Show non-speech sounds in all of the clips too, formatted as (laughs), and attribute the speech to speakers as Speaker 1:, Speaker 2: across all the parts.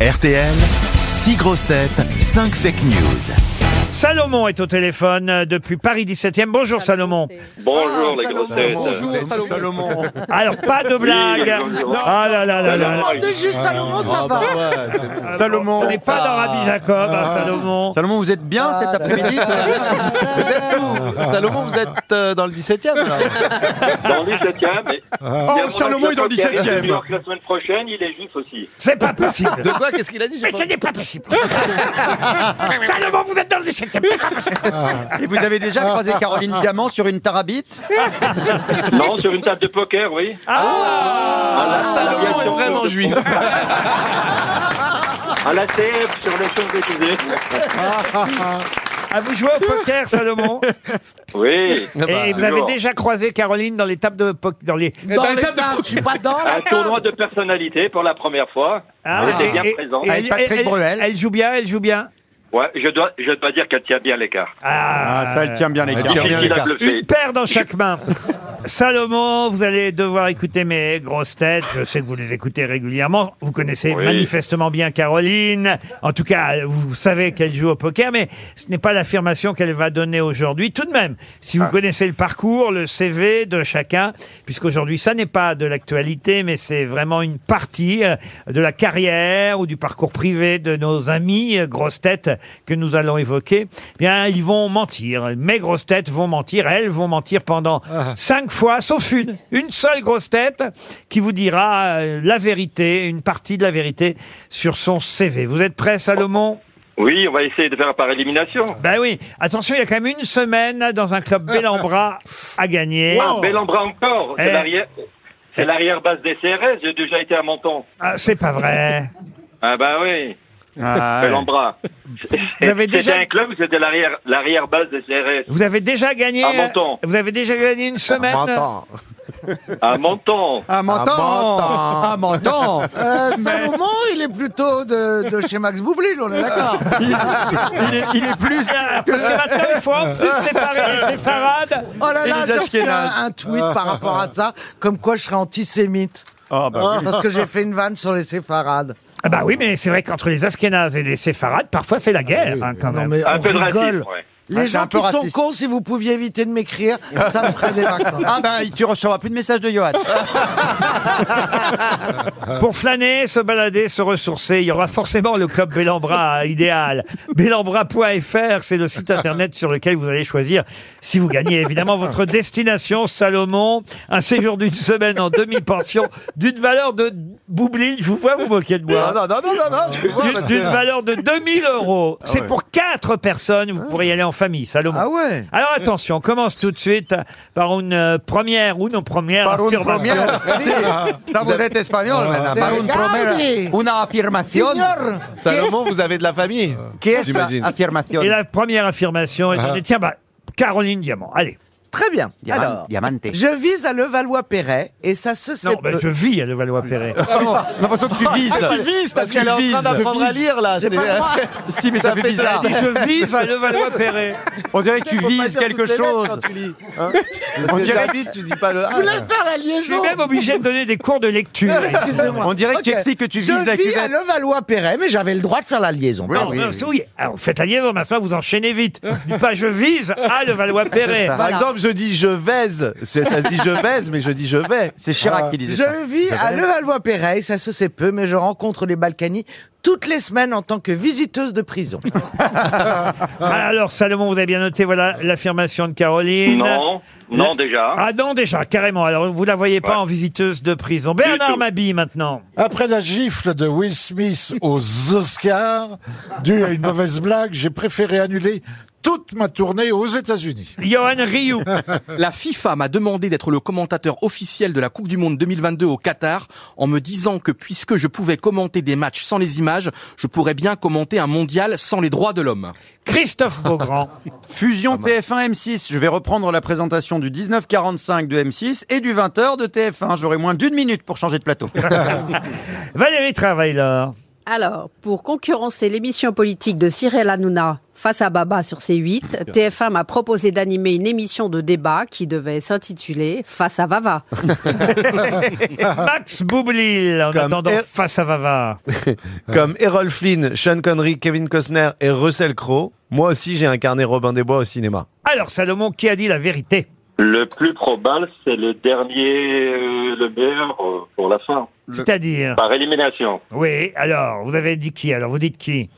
Speaker 1: RTL, 6 grosses têtes, 5 fake news.
Speaker 2: Salomon est au téléphone euh, depuis Paris 17e. Bonjour Salomon.
Speaker 3: Bonjour les grosses têtes.
Speaker 4: Ah, Bonjour Salomon.
Speaker 2: Alors pas de blague.
Speaker 3: bonjour.
Speaker 2: Ah là là là là.
Speaker 5: Demandez juste Salomon,
Speaker 4: Ah,
Speaker 5: ça
Speaker 4: bah
Speaker 5: va.
Speaker 2: là.
Speaker 4: Salomon.
Speaker 2: On n'est pas dans Rabbi Jacob, hein, Salomon.
Speaker 4: Salomon, vous êtes bien cet après-midi Vous êtes où Salomon, vous êtes euh, dans le 17 e
Speaker 3: Dans le
Speaker 4: (laughs)
Speaker 3: 17e. et- Il
Speaker 4: Ah,
Speaker 3: y a mon
Speaker 4: Oh, Salomon est dans le
Speaker 3: qui arrive de
Speaker 4: 17e.
Speaker 3: New York La semaine prochaine, il est juif aussi.
Speaker 2: C'est pas possible.
Speaker 4: De quoi Qu'est-ce qu'il a dit j'ai
Speaker 2: Mais
Speaker 4: pas-
Speaker 2: ce n'est pas (laughs) possible. Salomon, vous êtes dans le 17e. C'est pas possible.
Speaker 4: Et vous avez déjà croisé Caroline Diamant sur une tarabite
Speaker 3: Non, sur une table de poker, oui. Ah, Salomon est vraiment juif. À la TF, sur les choses déguisées.
Speaker 2: Ah, vous jouez au poker, Salomon Bah,
Speaker 3: Oui.
Speaker 2: (laughs)
Speaker 4: Eh ben.
Speaker 2: Et vous avez
Speaker 3: toujours.
Speaker 2: déjà croisé Caroline dans les tables de poker. Dans les...
Speaker 5: Dans, les tables, je suis pas dans
Speaker 3: (laughs)
Speaker 5: la
Speaker 4: Ah.
Speaker 3: Un
Speaker 5: table.
Speaker 3: tournoi de personnalité pour la première fois.
Speaker 2: Ah,
Speaker 3: Elle était bien
Speaker 2: et- et-
Speaker 3: présente.
Speaker 2: et-
Speaker 4: Avec Patrick
Speaker 2: elle- elle-
Speaker 4: Bruel.
Speaker 2: Elle joue bien, elle joue bien.
Speaker 3: Ouais, je dois, je dois dire qu'elle tient bien l'écart.
Speaker 2: Ah,
Speaker 4: bien les
Speaker 3: C'est qu'il a bluffé.
Speaker 2: Une paire dans chaque main. Salomon, vous allez devoir écouter mes grosses têtes. Je sais que vous les écoutez régulièrement. Vous connaissez
Speaker 3: Oui.
Speaker 2: manifestement bien Caroline. En tout cas, vous savez qu'elle joue au poker, mais ce n'est pas l'affirmation qu'elle va donner aujourd'hui. Tout de même, si vous connaissez le parcours, le CV de chacun, puisqu'aujourd'hui, ça n'est pas de l'actualité, mais c'est vraiment une partie euh, de la carrière ou du parcours privé de nos amis euh, grosses têtes que nous allons évoquer. Eh Bien, ils vont mentir. Mes grosses têtes vont mentir. Elles vont mentir pendant cinq fois, sauf une. Une seule grosse tête qui vous dira euh, la vérité, une partie de la vérité sur son CV. Vous êtes prêts, Salomon
Speaker 3: Oui, on va essayer de faire par élimination.
Speaker 2: Ben oui. Attention, il y a quand même une semaine dans un club Bellambra à gagner.
Speaker 4: Oh.
Speaker 3: Ah, bel embras encore.
Speaker 2: Eh.
Speaker 3: C'est l'arrière- C'est
Speaker 4: Eh.
Speaker 3: l'arrière-base des CRS. J'ai déjà été à Menton.
Speaker 2: Ah, c'est pas vrai.
Speaker 3: Ah bah oui,
Speaker 4: Ah,
Speaker 3: bel embras.
Speaker 2: Vous avez
Speaker 3: C'était
Speaker 2: déjà-
Speaker 3: un club, c'était l'arrière- l'arrière-base des CRS.
Speaker 2: Vous avez déjà gagné.
Speaker 3: À Menton.
Speaker 2: Vous avez déjà gagné une semaine.
Speaker 4: Ah,
Speaker 3: À Menton.
Speaker 4: À Ah, Menton À Ah, Menton
Speaker 5: Euh, Salomon, il est plutôt de, de chez Max Boublil, on est d'accord.
Speaker 4: il, est, il est
Speaker 2: (laughs)
Speaker 4: plus...
Speaker 2: Ah, Parce que maintenant, il faut en (laughs) plus séparer les séfarades.
Speaker 5: Oh là
Speaker 4: Et
Speaker 5: là,
Speaker 4: les
Speaker 5: j'ai reçu
Speaker 4: Ashkénazes.
Speaker 5: un, un tweet par rapport à ça, comme quoi je serais antisémite.
Speaker 4: Oh, bah oui.
Speaker 5: Parce que j'ai fait une vanne sur les séfarades.
Speaker 2: Ah bah oui, mais c'est vrai qu'entre les Askénazes et les Séfarades, parfois c'est la guerre, hein, quand
Speaker 5: Non
Speaker 2: même.
Speaker 5: mais
Speaker 3: Ah, Un
Speaker 5: on
Speaker 3: peu de racisme,
Speaker 5: rigole.
Speaker 3: ouais.
Speaker 5: Les
Speaker 4: Ah, c'est
Speaker 5: gens
Speaker 4: un peu
Speaker 5: qui sont
Speaker 4: raciste.
Speaker 5: cons, si vous pouviez éviter de m'écrire, ça me ferait des vacances.
Speaker 4: Ah bah, tu recevras plus de messages de Johan.
Speaker 2: Pour flâner, se balader, se ressourcer, il y aura forcément le club (laughs) Bellambra euh, idéal. Bellambra.fr, c'est le site internet sur lequel vous allez choisir, si vous gagnez évidemment, votre destination Salomon, un séjour d'une semaine en demi-pension, d'une valeur de Boublil, je vous vois vous moquer de moi.
Speaker 4: Ah, non, non, non, non, non. je vois,
Speaker 2: D'une-
Speaker 4: parce que- Ah
Speaker 2: D'une valeur de 2000 euros. C'est pour quatre personnes, vous pourrez y aller en famille, Salomon.
Speaker 5: Ah ouais
Speaker 2: Alors attention, on commence tout de suite par une euh, première ou non première
Speaker 4: Par une
Speaker 2: affirmation.
Speaker 4: première. Sí. Ça, vous êtes espagnol, madame. Par une
Speaker 5: Regardez.
Speaker 4: première. Una affirmation.
Speaker 5: Seigneur,
Speaker 6: Salomon, vous avez de la famille
Speaker 4: Qui Ah, est la
Speaker 6: J'imagine.
Speaker 4: affirmation
Speaker 2: Et la première affirmation
Speaker 4: Ah.
Speaker 2: est donnée. Tiens, bah, Caroline Diamant. Allez.
Speaker 5: Très bien.
Speaker 4: Diamant-
Speaker 5: Alors,
Speaker 4: Diamante.
Speaker 5: je vise à Levallois-Perret et ça se
Speaker 2: Non,
Speaker 5: sait.
Speaker 2: bah, je vis à Levallois-Perret.
Speaker 4: (laughs) J'ai l'impression que tu vises.
Speaker 6: Ah, vises parce
Speaker 4: qu'elle
Speaker 6: qu'elle
Speaker 4: est
Speaker 6: est
Speaker 4: en train d'apprendre
Speaker 6: d'apprendre à lire là.
Speaker 5: J'ai pas le droit.
Speaker 6: (laughs)
Speaker 4: Si, mais ça, fait bizarre.
Speaker 2: Elle dit, je vis à Levallois-Perret.
Speaker 4: (laughs) On dirait que tu vises quelque chose.
Speaker 6: Hein
Speaker 4: (laughs)
Speaker 6: On
Speaker 4: dirait-
Speaker 6: dirait vite, tu dis pas le.
Speaker 5: Je voulais faire la
Speaker 2: Je suis
Speaker 5: liaison.
Speaker 2: même obligé de donner des cours de lecture.
Speaker 4: Ah,
Speaker 2: Ah,
Speaker 5: Excusez-moi.
Speaker 4: On dirait que tu
Speaker 5: Ok.
Speaker 4: expliques que tu
Speaker 5: Je
Speaker 4: vises la
Speaker 5: vis à
Speaker 4: cuvette.
Speaker 5: Levallois-Perret, mais j'avais le droit de faire la liaison.
Speaker 4: Oui,
Speaker 5: pardon.
Speaker 2: Non, non, c'est- oui. Alors, faites la liaison, maintenant vous enchaînez vite. Dites pas je vise à
Speaker 4: (laughs)
Speaker 2: Levallois-Perret.
Speaker 4: C'est
Speaker 6: Par
Speaker 5: Voilà.
Speaker 6: exemple, je dis je vaise. C'est- Ça se dit je vaise, mais je dis je vais. Ah.
Speaker 4: C'est Chirac qui disait ça.
Speaker 5: Je vis à Levallois-Perret, ça se sait peu, mais je rencontre les Balkany toutes les semaines en tant que visiteuse de prison.
Speaker 2: Alors, Salomon, vous avez bien noté, voilà l'affirmation de Caroline.
Speaker 3: Non, non déjà.
Speaker 2: Ah non, déjà, carrément. Alors, vous la voyez pas
Speaker 3: Ouais.
Speaker 2: en visiteuse de prison.
Speaker 3: Du
Speaker 2: Bernard
Speaker 3: tout.
Speaker 2: Mabille, maintenant.
Speaker 7: Après la gifle de Will Smith aux Oscars, due à une mauvaise blague, j'ai préféré annuler toute ma tournée aux États-Unis.
Speaker 2: Johan Rioux.
Speaker 8: La FIFA m'a demandé d'être le commentateur officiel de la Coupe du Monde 2022 au Qatar en me disant que puisque je pouvais commenter des matchs sans les images, je pourrais bien commenter un mondial sans les droits de l'homme.
Speaker 2: Christophe Beaugrand.
Speaker 4: Fusion TF1 M6. Je vais reprendre la présentation du 1945 de M6 et du 20h de TF1. J'aurai moins d'une minute pour changer de plateau.
Speaker 2: Valérie Travailleur.
Speaker 9: Alors, pour concurrencer l'émission politique de Cyril Hanouna, Face à Baba sur C8, TF1 m'a proposé d'animer une émission de débat qui devait s'intituler Face à Vava.
Speaker 2: Max Boublil, en
Speaker 6: Comme
Speaker 2: attendant
Speaker 6: Air-
Speaker 2: face à Vava.
Speaker 6: Comme Errol Flynn, Sean Connery, Kevin Costner et Russell Crowe, moi aussi j'ai incarné Robin des Bois au cinéma.
Speaker 2: Alors, Salomon, qui a dit la vérité
Speaker 3: Le plus probable, c'est le dernier, euh, le meilleur euh, pour la fin.
Speaker 2: C'est-à-dire
Speaker 3: Par élimination.
Speaker 2: Oui, alors, vous avez dit qui Alors, vous dites qui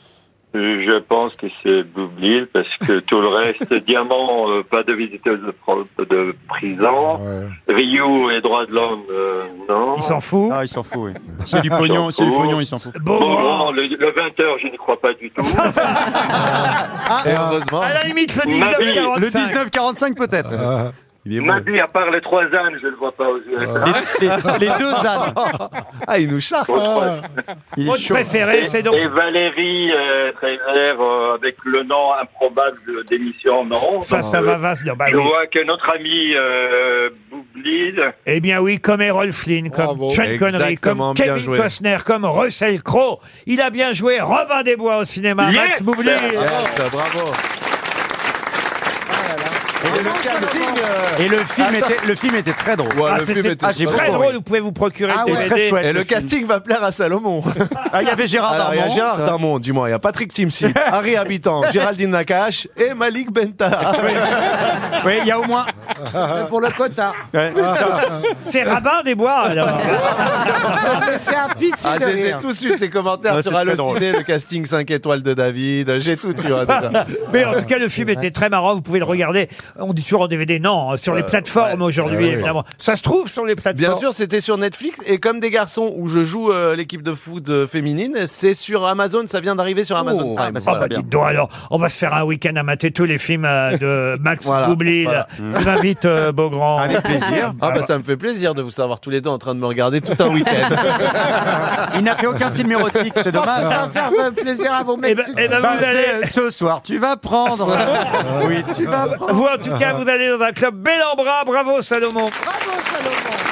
Speaker 3: Euh, Je pense que c'est Boublil parce que tout le reste, (laughs) Diamant, euh, pas de visiteuse de, pro- de prison. Rio et droit de l'homme, euh, non.
Speaker 2: Il s'en fout.
Speaker 4: (laughs) Ah, il s'en fout, oui. S'il y a du pognon, s'il y a du pognon, il s'en fout.
Speaker 2: Bon, (laughs)
Speaker 3: Bon, Oh, non, le, 20h, je n'y crois pas du tout.
Speaker 6: et heureusement,
Speaker 2: à la limite, le
Speaker 3: Ma vie,
Speaker 2: 1945.
Speaker 4: Le 1945 peut-être.
Speaker 6: Euh, il est beau.
Speaker 3: Mabi, à part les trois ânes, je ne le vois pas aux USA.
Speaker 4: Les, les deux ânes.
Speaker 6: Ah, il nous charge.
Speaker 3: Autre-
Speaker 4: Il est
Speaker 2: Votre
Speaker 4: chaud.
Speaker 2: préféré, Ben, c'est donc
Speaker 3: Et, et Valérie euh, Trésor, euh, avec le nom improbable de- d'émission, non.
Speaker 2: face à Vava. c'est- non, bah
Speaker 3: Je
Speaker 2: oui.
Speaker 3: vois que notre ami euh, Boublil,
Speaker 2: Eh bien oui, comme Errol Flynn, comme
Speaker 7: Bravo.
Speaker 2: Sean Connery,
Speaker 6: Exactement,
Speaker 2: comme
Speaker 6: bien
Speaker 2: Kevin
Speaker 6: joué.
Speaker 2: Costner, comme Russell Crowe. Il a bien joué Robin des Bois au cinéma,
Speaker 3: Yes
Speaker 2: Max Boublil.
Speaker 6: Yes, Ah, bravo.
Speaker 4: Et le film, était, le film était très drôle.
Speaker 6: Ouais,
Speaker 2: Ah,
Speaker 6: le film
Speaker 2: c'était
Speaker 6: était
Speaker 4: Ah, j'ai
Speaker 6: très
Speaker 2: Très
Speaker 4: beaucoup
Speaker 6: drôle.
Speaker 2: drôle, vous pouvez vous procurer
Speaker 4: Ah
Speaker 2: le
Speaker 4: ouais,
Speaker 2: DVD.
Speaker 4: très chouette.
Speaker 6: Et le casting va plaire à Salomon.
Speaker 4: Ah, il y avait Gérard
Speaker 6: Alors, il y a
Speaker 4: Darmon.
Speaker 6: Gérard Darmon, dis-moi, il y a Patrick Timsit, Harry Habitant, Géraldine Nakache et Malik Bentala.
Speaker 4: Oui, il y a au moins.
Speaker 5: pour le quota.
Speaker 4: Ouais.
Speaker 2: C'est Rabin des Bois, alors.
Speaker 5: C'est un pissé
Speaker 6: Ah,
Speaker 5: de
Speaker 6: je les ai
Speaker 5: rire.
Speaker 6: tous eu, ces commentaires
Speaker 4: Ouais,
Speaker 6: sur
Speaker 4: c'est très
Speaker 6: Allociné, le casting 5 étoiles de David. J'ai tout eu. hein,
Speaker 4: (laughs)
Speaker 6: déjà.
Speaker 2: Mais en tout cas, le film était très marrant. Vous pouvez le regarder. On dit toujours en DVD, non, hein, sur les plateformes aujourd'hui, évidemment. Ça se trouve sur les plateformes.
Speaker 6: Bien sûr, c'était sur Netflix. Et comme des garçons où je joue euh, l'équipe de foot euh, féminine, c'est sur Amazon. Ça vient d'arriver sur
Speaker 4: Oh,
Speaker 6: Amazon Prime.
Speaker 2: Ah bah dites donc alors, on va se faire un week-end à mater tous les films euh, de Max
Speaker 6: Voilà,
Speaker 2: Boublil.
Speaker 6: voilà.
Speaker 2: Je vous invite euh, Beaugrand.
Speaker 4: Avec plaisir.
Speaker 6: Ah bah, ça me fait plaisir de vous savoir tous les deux en train de me regarder tout
Speaker 8: (laughs)
Speaker 6: un week-end.
Speaker 4: Il n'a fait aucun film érotique, c'est dommage. Hein
Speaker 5: Ça va faire euh, plaisir à vos
Speaker 2: Eh
Speaker 5: mecs.
Speaker 2: ben, eh ben,
Speaker 4: Bah,
Speaker 2: vous allez,
Speaker 4: t'es- Ce soir, tu vas prendre. oui, tu vas prendre.
Speaker 2: vous en tout cas, vous allez dans un club bel en bras. Bravo Salomon.
Speaker 5: Bravo, Salomon.